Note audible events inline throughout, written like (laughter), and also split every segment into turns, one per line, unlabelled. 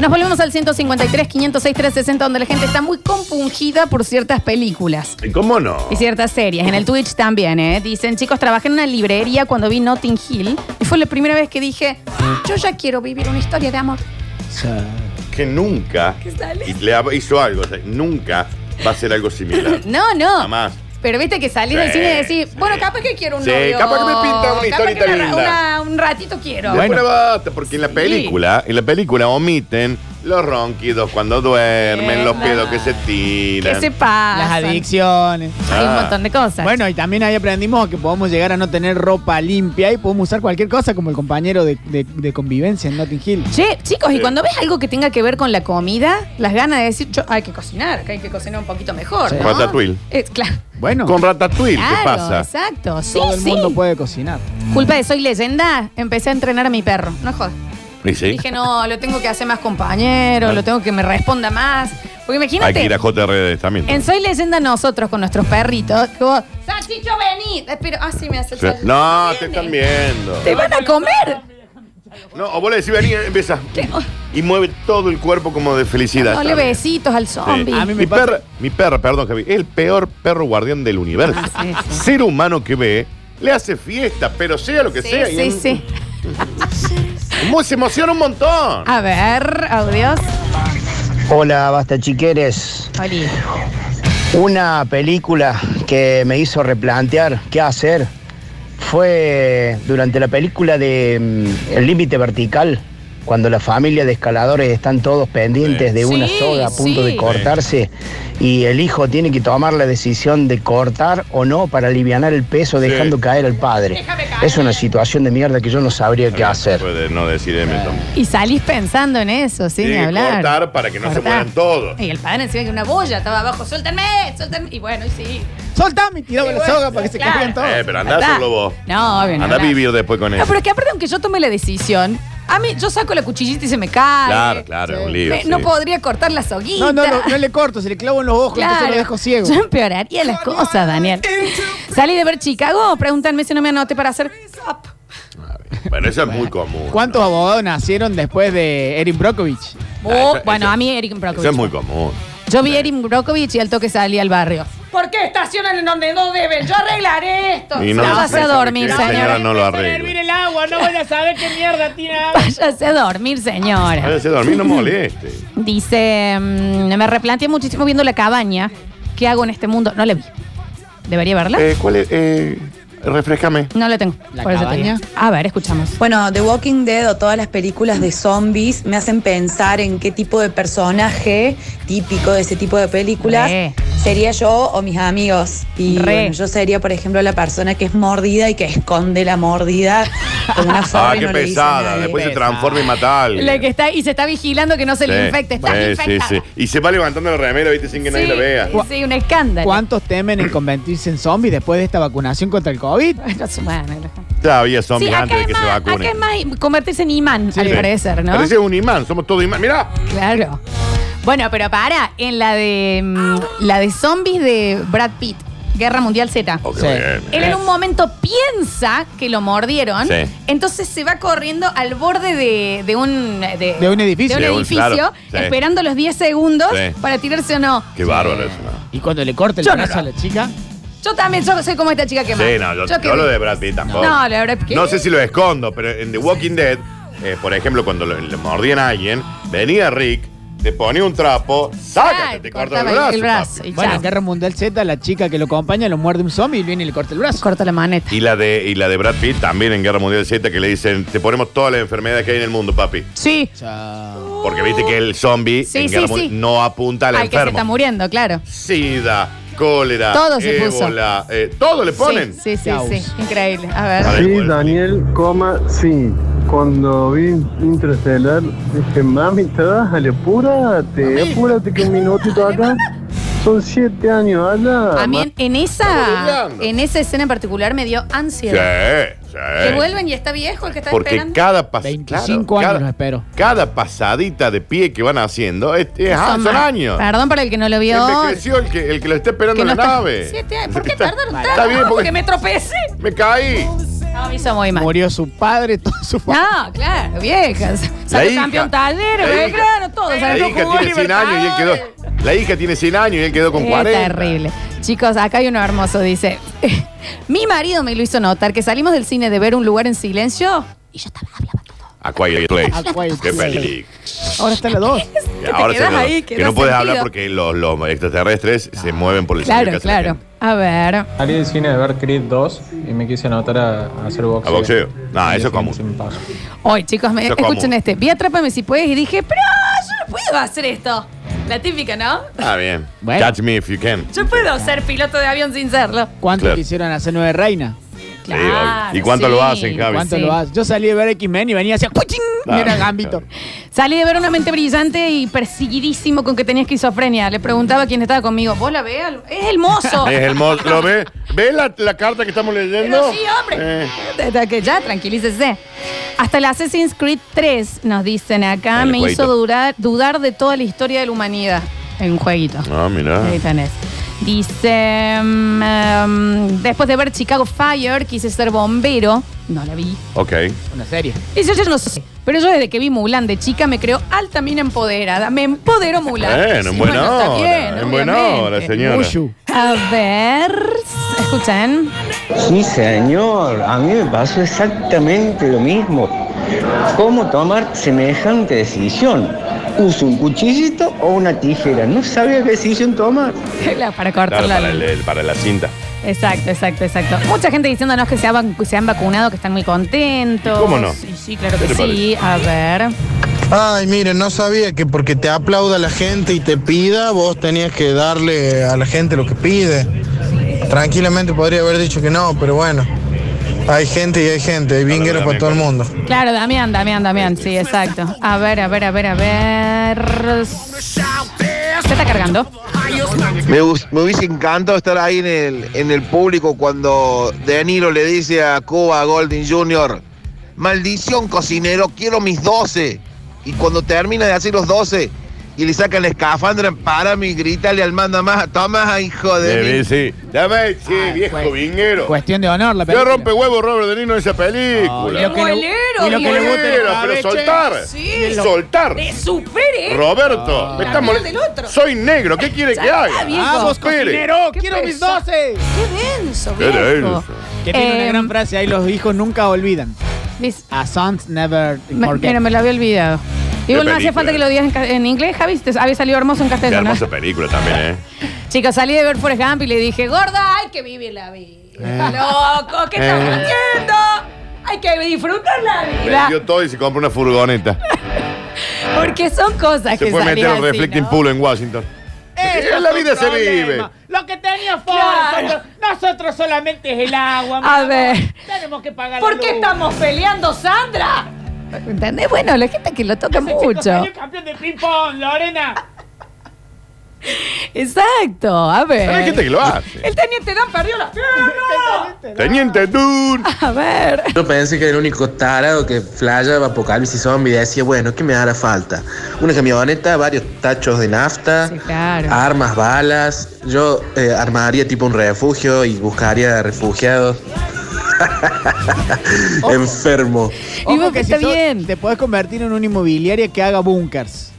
Nos volvemos al 153, 506, 360, donde la gente está muy compungida por ciertas películas.
¿Y ¿Cómo no?
Y ciertas series. En el Twitch también, ¿eh? Dicen, chicos, trabajé en una librería cuando vi Notting Hill. Y fue la primera vez que dije, yo ya quiero vivir una historia de amor.
Que nunca
¿Qué sale?
y le ha- hizo algo. o sea, nunca va a ser algo similar.
(laughs) No, no.
Jamás.
Pero viste que salís
Sí,
del cine y decís,
sí.
bueno, capaz que quiero un
Sí,
novio.
capaz que me pinta una
capaz
historieta
que una-
linda.
una- un ratito quiero.
Después la
Bueno.
bata, porque en la
Sí.
película, en la película omiten los ronquidos cuando duermen,
Eh,
los
claro.
pedos que se tiran.
Que se pasa.
Las adicciones.
Hay un
Ah.
montón de cosas.
Bueno, y también ahí aprendimos que podemos llegar a no tener ropa limpia y podemos usar cualquier cosa como el compañero de, de- de convivencia en Notting Hill.
Che, chicos, y
Sí.
cuando ves algo que tenga que ver con la comida, las ganas de decir, "Yo- hay que cocinar, que hay que cocinar un poquito mejor.
Sí.
¿no?
Ratatouille.
Eh, claro.
Bueno,
Con Ratatouille,
Claro,
¿qué pasa?
Exacto. Sí,
todo el
sí.
mundo puede cocinar.
Culpa de soy leyenda, empecé a entrenar a mi perro. No jodas.
Y sí,
Dije, no, lo tengo que hacer más compañero, lo tengo que me responda más. Porque imagínate.
hay que ir a JRD también.
En Soy Leyenda nosotros con nuestros perritos, que vos, Salchicho, vení. Eh, Pero, ah, sí, me hace el
Sí.
salchicho.
No, te
Viene.
están viendo.
Te van a comer.
No, o vos le decís, vení, empieza. Y mueve todo el cuerpo como de felicidad.
Dale
también.
besitos al
Sí. Ah,
zombie.
A mí me
mi,
pasa-
perra, mi perra, perdón, Javi, es el peor perro guardián
(laughs)
del universo.
Ah, sí, sí.
Ser humano que ve, le hace fiesta, pero sea lo que
Sí,
sea. y
sí,
en-
sí.
Mu- Se emociona un montón.
A ver, audios.
Hola, basta chiqueres.
Oli.
Una película que me hizo replantear qué hacer fue durante la película de mm, El límite vertical, cuando la familia de escaladores están todos pendientes de una
Sí,
soga a punto
sí.
de cortarse y el hijo tiene que tomar la decisión de cortar o no para aliviar el peso
Sí.
dejando caer al padre. Es una situación de mierda que yo no sabría qué hacer.
Puede no decir M, Tom.
Y salís pensando en eso, sin
Tiene que
hablar. Eh,
cortar para que no se mueran todos.
Y el padre encima que una boya estaba abajo, suéltame, suéltame. Y bueno, y sí.
Soltame, tiraba la soga para que se
claro.
caigan todos.
Eh, pero andá a
Está.
hacerlo vos.
No, obvio, no,
Andá a
no.
vivir después con
No,
eso.
pero es que aparte, aunque yo tome la decisión, a mí yo saco la cuchillita y se me cae.
Claro, claro, es un lío.
Me-
sí.
No podría cortar la soguita.
No, no, no, no le corto, se le clavo en los ojos, entonces lo dejo ciego.
Yo empeoraría las cosas, Daniel. Salí de ver Chicago, pregúntame si no me anoté para hacer Ah, up.
Ah, Bueno, eso es muy común.
¿Cuántos abogados nacieron después de Erin Brockovich?
Oh,
eso-
bueno,
eso-
a mí Eric Brockovich.
Eso es muy común.
Yo vi a Erin Brockovich y al toque salí al barrio. ¿Por qué estacionan en donde no deben? Yo arreglaré esto.
Y no lo
Váyase a
piensa,
dormir,
porque la señora
señora.
no lo arregla.
el agua, no van a saber qué mierda tiene
(laughs) Váyase a dormir,
A
señora.
veces
(laughs)
dormir no moleste.
Dice, mm, me replanteé muchísimo viendo la cabaña. ¿Qué hago en este mundo? No la vi. ¿Debería verla?
Eh, ¿Cuál es? Eh, refrescame.
No la tengo.
¿La
por eso te
cabaña?
digo. A ver, escuchamos.
Bueno, The Walking Dead o todas las películas de zombies me hacen pensar en qué tipo de personaje típico de ese tipo de películas
Re.
sería yo o mis amigos. Y
Re.
bueno, yo sería, por ejemplo, la persona que es mordida y que esconde la mordida
(laughs)
con una forma
Ah,
y
qué
no le dice a
pesada.
nadie.
Después se
Pesada.
transforma y mata a alguien.
La que está y se está vigilando que no se le
Sí.
infecte. Está
Sí, sí,
infectada.
sí. Y se va levantando el remero, viste, sin que nadie lo vea.
Sí, sí, un escándalo.
¿Cuántos temen en convertirse en zombies después de esta vacunación contra el COVID?
Bueno, su madre.
Ya había
Sí,
zombies antes
acá
de
es,
que se
más, acá es
vacunen.
más convertirse en imán,
Sí.
al
Sí.
parecer, ¿no?
Parece un imán, somos todos imán. Mirá.
Claro. Bueno, pero para, en la de mm, la de zombies de Brad Pitt, Guerra Mundial Z.
Oh, qué
Sí.
bien.
Él en un momento piensa que lo mordieron,
Sí.
entonces se va corriendo al borde de, de un, de,
De un edificio.
de un
De un-
edificio,
claro, sí.
esperando los 10 segundos
Sí.
para tirarse o no.
Qué bárbaro eso, ¿no?
Y cuando le corta el
Yo no
brazo
lo
a la chica,
Yo también, yo soy como esta chica que más.
Sí, no, yo,
Yo que-
yo lo de Brad Pitt tampoco.
No, la verdad es que-
No sé si lo escondo, pero en The Walking Dead, eh, por ejemplo, cuando lo- le mordían a alguien, venía Rick, te ponía un trapo, sácate,
Ah,
te corta el
cortaba
brazo.
el brazo,
papi.
y
bueno,
Ya.
en Guerra Mundial Z, la chica que lo acompaña lo muerde un zombie y viene y le corta el brazo.
Corta la maneta.
Y la, de, y la de Brad Pitt también en Guerra Mundial Z, que le dicen, te ponemos todas las enfermedades que hay en el mundo, papi.
Sí,
Chao.
Porque viste que el zombie
Sí,
en
sí,
Guerra
sí.
Mundial no apunta al
al que se está
enfermo.
muriendo, claro.
Sida, cólera,
Todo se puso.
ébola, eh, todo le ponen.
Sí, sí, sí,
Caos.
sí. Increíble. A ver.
A ver,
Sí,
bueno.
Daniel, coma, sí. Cuando vi Interstellar, dije, mami, te dale, apúrate, apúrate que un minutito acá. Son siete años allá.
A mí en, en
Estamos
esa,
burlando.
en esa escena en particular me dio
Sí,
ansiedad.
sí.
Que vuelven y está viejo el que está
Porque
esperando.
cada pas-
25
claro,
años
cada-
lo espero.
Cada pasadita de pie que van haciendo es, es- ah, son
más.
años.
Perdón para el que no lo vio.
Envejeció el que, el que lo está esperando
Que no
en la
está-
nave.
Siete años. ¿Por qué
Está-
tardaron tanto?
Está bien, porque,
porque
me...
me tropecé.
caí.
No, me hizo muy mal.
Murió su padre, (laughs) toda su familia.
No, claro, viejas.
La
Salió
hija.
campeón eh, taller,
La hija.
Belgrano, Gonzalo
La
no
hija
jugó
tiene 100 años y él quedó. La hija tiene 100 años y él quedó con
Es
40.
terrible. Chicos, acá hay uno hermoso, dice. (laughs) Mi marido me lo hizo notar que salimos del cine de ver un lugar en silencio y yo estaba hablando todo.
A Quiet Place.
A Quiet
Qué
Place.
película.
Ahora está
(laughs)
la dos.
te
Ahora
quedas
se
ahí,
que
quedás
no puedes
sentido.
hablar porque los, los extraterrestres se mueven por el sonido
Claro,
que hace la
claro.
gente.
A ver.
Salí del cine de ver Creed 2 y me quise anotar a, a hacer boxeo.
¿A boxeo? No,
Y
eso es
fue
común.
sin paso.
Hoy, chicos, me,
Yo como.
escuchen este. Vi Atrápame si puedes y dije, pero yo no puedo hacer esto. La típica, ¿no?
Ah, bien.
Bueno.
Catch me if you can.
Yo puedo ser piloto de avión sin serlo.
¿Cuánto
Claro.
quisieron hacer nueve reina?
obvio. ¿Y cuánto lo hacen, Javi?
¿Cuánto
Sí.
lo haces? Yo salí de ver X-Men y venía hacia ¡Puchín!
Ah,
Era Gambito.
claro.
Salí de ver una mente brillante y perseguidísimo con que tenía esquizofrenia. Le preguntaba quién estaba conmigo. ¿Vos la ves? Es el mozo.
(laughs) Es hermoso. ¿Lo ves? ¿Ves la, la carta que estamos leyendo?
Pero sí, hombre.
Eh,
(laughs) Hasta que ya, tranquilícese. Hasta el Assassin's Creed 3, nos dicen acá,
El
me
jueguito.
hizo durar- dudar de toda la historia de la humanidad. En un jueguito.
no, mira.
Ahí tenés. Dice, mm, em, después de ver Chicago Fire, quise ser bombero. No la vi.
Ok.
Una serie.
Eso yo no sé. Pero yo desde que vi Mulan de chica me creo altamente empoderada. Me empodero Mulan.
Bueno, en
Sí,
buena
está
hora,
bien,
en buena
obviamente.
hora, señora.
Mushu.
A ver, escuchen.
Sí, señor, a mí me pasó exactamente lo mismo. ¿Cómo tomar semejante decisión? ¿Uso un cuchillito o una tijera? No sabía qué decisión tomar.
(laughs) La- para cortar
Claro,
la
para, el- el- para la cinta.
Exacto, exacto, exacto. Mucha gente diciéndonos que se, ha van- se han vacunado, que están muy contentos.
¿Y cómo no?
Sí, sí, claro que
¿Qué te
sí. A ver.
Ay, miren, no sabía que porque te aplauda la gente y te pida, vos tenías que darle a la gente lo que pide. Tranquilamente podría haber dicho que no, pero bueno. Hay gente y hay gente, hay vingueros para todo el mundo.
Claro, Damián, Damián, Damián. Sí, exacto. A ver, a ver, a ver, a ver. Se está cargando.
Me, hus- me hubiese encantado estar ahí en el, en el público cuando De Niro le dice a Cuba Golding Jr., maldición cocinero, quiero mis 12. Y cuando termina de hacer los 12 y le sacan la escafandra, para mí, grítale al manda más, toma, hijo de... mil".
Debe, sí. Dame, sí,
Ah,
viejo
pues-
vinguero.
Cuestión de honor, la
Yo
película.
rompe huevo Robert De Niro en esa
No, y
película.
lo que le-
Bolero,
y lo que le gusta
Pero,
el
pero
cabeche.
soltar. Soltar.
supere.
Roberto, me estás
También
molest-
del otro.
Soy negro, ¿qué quiere que haga?
bien.
¡Vamos,
Pere.
Ah, cocinero!
Qué
¡Quiero mis
pesado.
12!
Qué denso,
Qué
viejo.
denso.
Que tiene una
Eh,
gran frase ahí, los hijos nunca olvidan.
dice-
A sons never
me-
forget.
Mira, me lo había olvidado. Igual no hacía
película.
falta que lo digas en, ca- en inglés, Javi. Te había salido hermoso en
Qué
castellano.
hermosa película también, ¿eh?
Chicos, salí de ver Forrest Gump y le dije, gorda, hay que vivir la vida.
Eh.
Loco, ¿qué estás
Eh.
haciendo? Hay que disfrutar la vida.
Vendió todo y se compró una furgoneta.
Porque son cosas
Se
que
fue a meter
salían
al
así,
Reflecting
¿no?
Pool en Washington.
Eso
Eh, la
es
vida
un
se vive.
problema. Lo que tenía Ford,
Claro.
nosotros- nosotros solamente es el agua. mi
A
amor.
ver.
Tenemos que pagar la
¿Por qué
luz.
estamos peleando, Sandra? ¿Entendés? Bueno, la gente que lo toca
Ese chico
mucho. Ah,
salió campeón de ping-pong, Lorena.
Exacto, a ver.
Hay gente que lo hace.
El teniente Dan perdió las piernas.
Teniente Dun.
A ver.
Yo pensé que el único tarado que flayaba Apocalipsis Zombie decía, bueno, ¿qué me hará falta? Una camioneta, varios tachos de nafta,
Sí, claro.
Ah,
armas, balas. Yo eh, armaría tipo un refugio y buscaría refugiados. Enfermo.
Y vos
Ojo que
está
si sos-
bien.
Te podés convertir en una inmobiliaria que haga bunkers.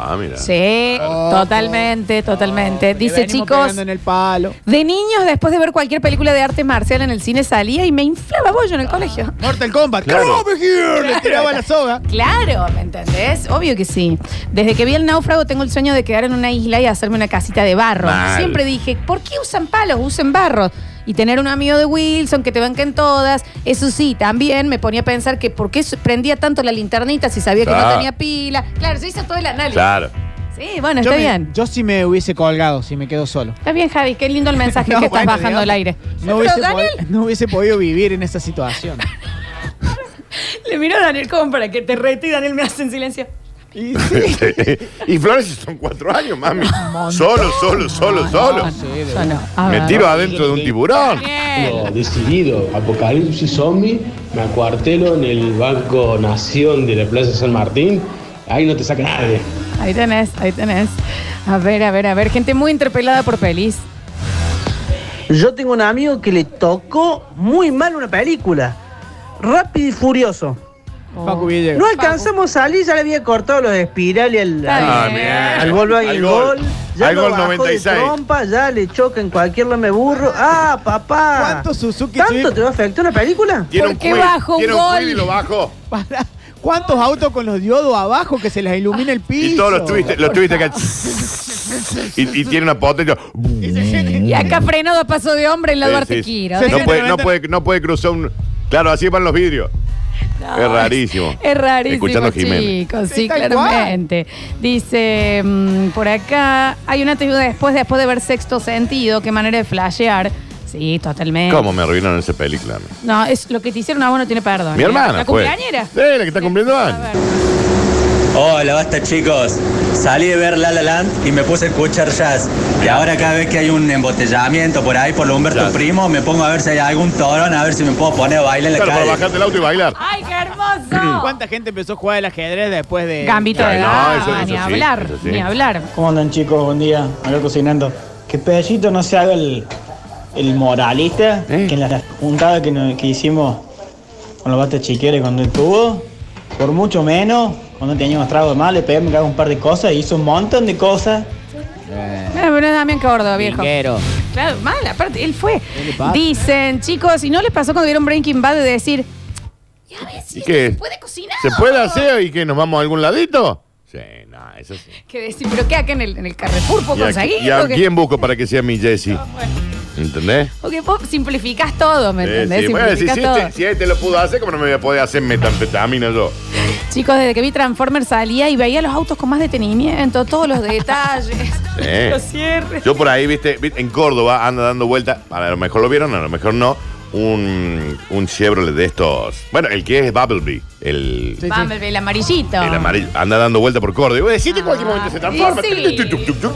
Ah, mira.
Sí, totalmente, totalmente.
Le
Dice,
venimos
chicos,
pegando en el palo.
de niños, después de ver cualquier película de arte marcial en el cine, salía y me inflaba bollo en el colegio.
Mortal Kombat.
Claro.
Come over here. Le tiraba la soga.
Claro, ¿me entendés? Obvio que sí. Desde que vi el náufrago tengo el sueño de quedar en una isla y hacerme una casita de barro.
Mal.
Siempre dije, ¿por qué usan palos? Usen barro. Y tener un amigo de Wilson que te banquen todas. Eso sí, también me ponía a pensar que por qué su- prendía tanto la linternita si sabía que no
Claro.
tenía pila. Claro, se hizo todo el análisis.
Claro.
Sí, bueno,
yo
está
me-
bien.
Yo sí me hubiese colgado si me quedo solo.
Está bien, Javi, qué lindo el mensaje
No,
que estás
bueno,
bajando
digamos,
al aire.
No
Pero
hubiese,
Daniel,
pod- no hubiese podido vivir en esa situación.
le miro a Daniel como para que te rete y Daniel me hace en silencio.
Y sí.
(laughs) y Flores son cuatro años, mami. Solo, solo, solo,
Ah,
solo.
Yo no. A
Me
ver.
tiro adentro de un tiburón.
Bien.
decidido, apocalipsis zombie, me acuartelo en el Banco Nación de la Plaza San Martín, ahí no te saca nadie.
Ahí tenés, ahí tenés. A ver, a ver, a ver. Gente muy interpelada por pelis.
Yo tengo un amigo que le tocó muy mal una película. Rápido y Furioso.
Oh.
Facu Villegas.
No alcanzamos a salir, ya le había cortado los de espiral y al,
Ah,
al,
bien.
al gol,
Al
al
gol.
gol. Ya
Al
lo
gol
bajó
96.
De trompa, ya le choca en cualquier lame burro. ¡Ah, papá! ¿Cuánto
Suzuki
¿Tanto te va a afectar una película?
Tiene un ¿Por qué quid, bajó un tiene un quid y gol? lo
bajó?
¿Cuántos autos con los diodos abajo que se les ilumina el piso?
Y todos los tuviste, los tuviste acá.
(laughs)
Y, y tiene una potencia.
Y acá frenado a paso de hombre en la
Sí,
Duarte
sí, sí.
Quiro.
No puede, no, puede, no puede cruzar un. Claro, así van los vidrios. es rarísimo.
Es rarísimo,
Escuchando a Jiménez.
chicos, sí,
Sí, tal cual.
claramente. Dice, mm, por acá, hay una teoría después, después de ver Sexto Sentido, qué manera de flashear. Sí,
Eh.
totalmente.
¿Cómo me arruinaron esa película? a mí?
No, es lo que te hicieron a vos no tiene perdón.
Mi
¿eh?
hermana
¿La
fue.
cumpleañera?
Sí, la que está cumpliendo años.
Hola, basta chicos. Salí de ver La La Land y me puse a escuchar jazz. Y ahora cada vez que hay un embotellamiento por ahí por lo Humberto Primo, me pongo a ver si hay algún torón, a ver si me puedo poner a bailar en la
Claro, para
calle.
bajarte el auto y bailar.
¡Ay, qué
(clears throat)
hermoso!
¿Cuánta gente empezó a jugar al ajedrez después de.
Gambito de dama, ni hablar, ni hablar.
¿Cómo andan chicos? Buen día, acá cocinando. Que Pedallito no se haga el, el moralista,
Eh.
que en la juntada que, nos- que hicimos con los bates chiqueros cuando estuvo, por mucho menos, cuando teníamos trago de más, le pegué, me cago un par de cosas, hizo un montón de cosas.
Mira, Eh, pero es Damián Córdoba, viejo.
Vinguero.
Claro, mal, aparte, él fue.
pasa?
Dicen, chicos, ¿y no les pasó cuando vieron Breaking Bad de decir, este
¿Y qué? ¿Se
puede cocinar?
¿Se puede hacer y que nos vamos a algún ladito? Sí, no, eso sí.
que decir, pero qué acá en el, en el Carrefour puedo
¿Y a,
conseguir?
y a
Porque-
quién busco para que sea mi Jessy?
Ah,
¿Entendés?
Porque vos simplificás todo, ¿me entendés?
Sí, sí. Bueno, si,
Simplificás
si
todo.
este, si este lo pudo hacer, ¿cómo no me voy a poder hacer metanfetamina (laughs) yo?
Chicos, desde que vi Transformers salía y veía los autos con más detenimiento, todos los
(laughs)
detalles,
Eh. Sí.
los cierres.
Yo por ahí, viste, vi- en Córdoba anda dando vuelta, a lo mejor lo vieron, a lo mejor no, un, un Chevrolet de estos. Bueno, el que es Bumblebee, el,
Bumblebee, el amarillito.
el amarillo, anda dando vuelta por Córdoba. Ah. Y vos decís, "Este
en cualquier momento se transforma.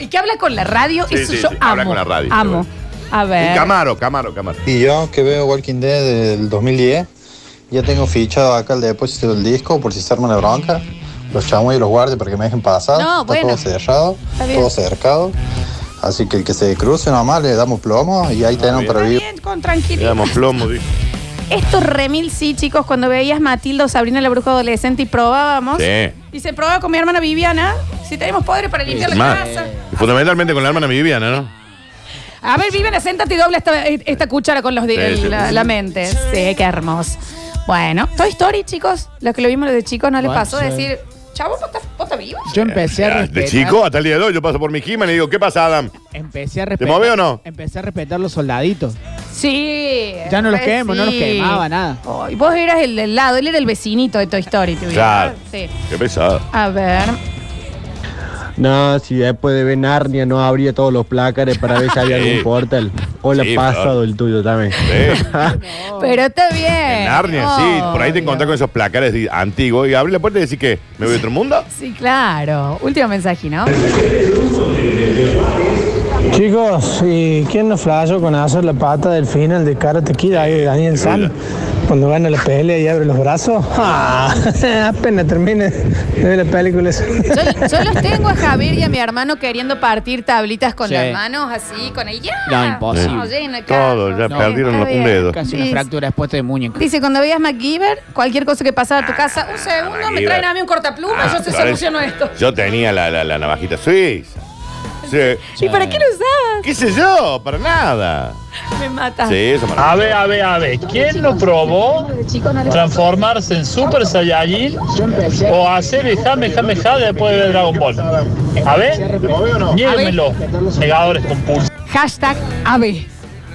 Y que habla con la radio,
Sí,
eso
sí,
yo
sí,
amo.
habla con la radio,
Amo. A
un
ver.
Camaro, Camaro, Camaro.
Y yo que veo Walking Dead del 2010, ya tengo fichado acá el depósito del disco por si se arma la bronca. Los chamo y los guarde para que me dejen pasar.
No,
Está
bueno.
todo cerrado,
Está bien.
todo cercado. Así que el que se cruce nomás le damos plomo y ahí tenemos para vivir.
Con tranquilidad.
plomo, dijo.
Estos remil sí, chicos, cuando veías Matilda o Sabrina la bruja adolescente y probábamos.
Sí.
Y se probaba con mi hermana Viviana, si tenemos poder para limpiar la
Más.
casa.
Y fundamentalmente con la hermana Viviana, ¿no?
A ver, Viviana, séntate y dobla esta, esta cuchara con los de-
Sí, sí,
la,
sí.
la mente. Sí, qué hermoso. Bueno, Toy Story, chicos, los que lo vimos los de chicos, ¿no les
Bueno,
pasó
sí.
decir, chavo, vos estás- vos estás vivo?
Yo empecé a
Ah,
respetar.
De chico hasta el día de hoy yo paso por mi gima y le digo, ¿qué pasa, Adam?
Empecé a
¿Te
respetar.
mueve o no?
Empecé a respetar los soldaditos.
Sí.
Ya no los
re
quemo, no los quemaba, nada.
Ay, vos eras el del lado, él era el vecinito de Toy Story. te voy a
Claro.
decir. Sí.
Qué (laughs) pesado.
A ver.
No, si después de ver Narnia no abría todos los plácares para
(laughs)
ver si había
Sí.
algún portal. O la
Sí,
pasado el tuyo también.
Pero está bien.
Narnia, sí. Por ahí te encontrás con esos placares de- antiguos y abre la puerta y decís que me voy a
(laughs)
otro mundo.
Sí, claro. Último mensaje, ¿no?
Chicos, ¿y quién no flashó con hacer la pata del final de Karate Kid ahí, Daniel San?
Ah,
Cuando gana la pelea y abre los brazos. ¡Ah! (laughs) Apenas termine de ver la película. esa.
Yo, yo los tengo a Javier y a mi hermano queriendo partir tablitas con
Sí.
las manos así, con el ya.
No, imposible.
No, llena,
Todo, ya
No,
perdieron
está
un
bien.
dedo.
Casi una
Sí.
fractura después de muñeco.
Dice, cuando veías MacGyver, cualquier cosa que pasara a tu casa, un segundo, me
MacGyver.
traen a mí un cortapluma,
Ah,
yo se
claro.
soluciono esto.
Yo tenía la, la- la navajita suiza. Sí.
¿Y para qué lo usabas?
¿Qué sé yo? Para nada.
Me mata.
Sí, eso me
A ver, a ver, a ver. ¿Quién lo probó transformarse en Super Saiyajin o hacer el jame, jame, jame después de ver Dragon Ball? A ver, niéguenmelo, negadores con pulso.
Hashtag AB.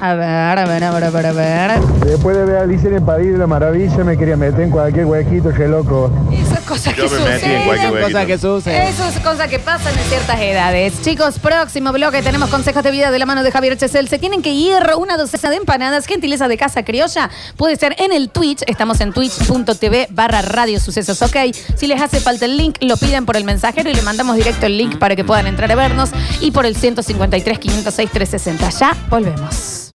A ver, a ver, a ver, a ver, a ver.
Después de ver a Alicia en el País de la Maravilla, me quería meter en cualquier huequito, que loco.
Esas cosas
Yo
que
me metí en cualquier
suceden.
huequito. Cosas que suceden.
eh.
Esas cosas que pasan en ciertas edades. Chicos, próximo bloque tenemos consejos de vida de la mano de Javier Chesel. Se tienen que ir una docena de empanadas, gentileza de casa criolla. Puede ser en el Twitch. Estamos en twitch.tv barra radio sucesos, ok. Si les hace falta el link, lo piden por el mensajero y le mandamos directo el link para que puedan entrar a vernos. Y por el 153 506 360. Ya volvemos.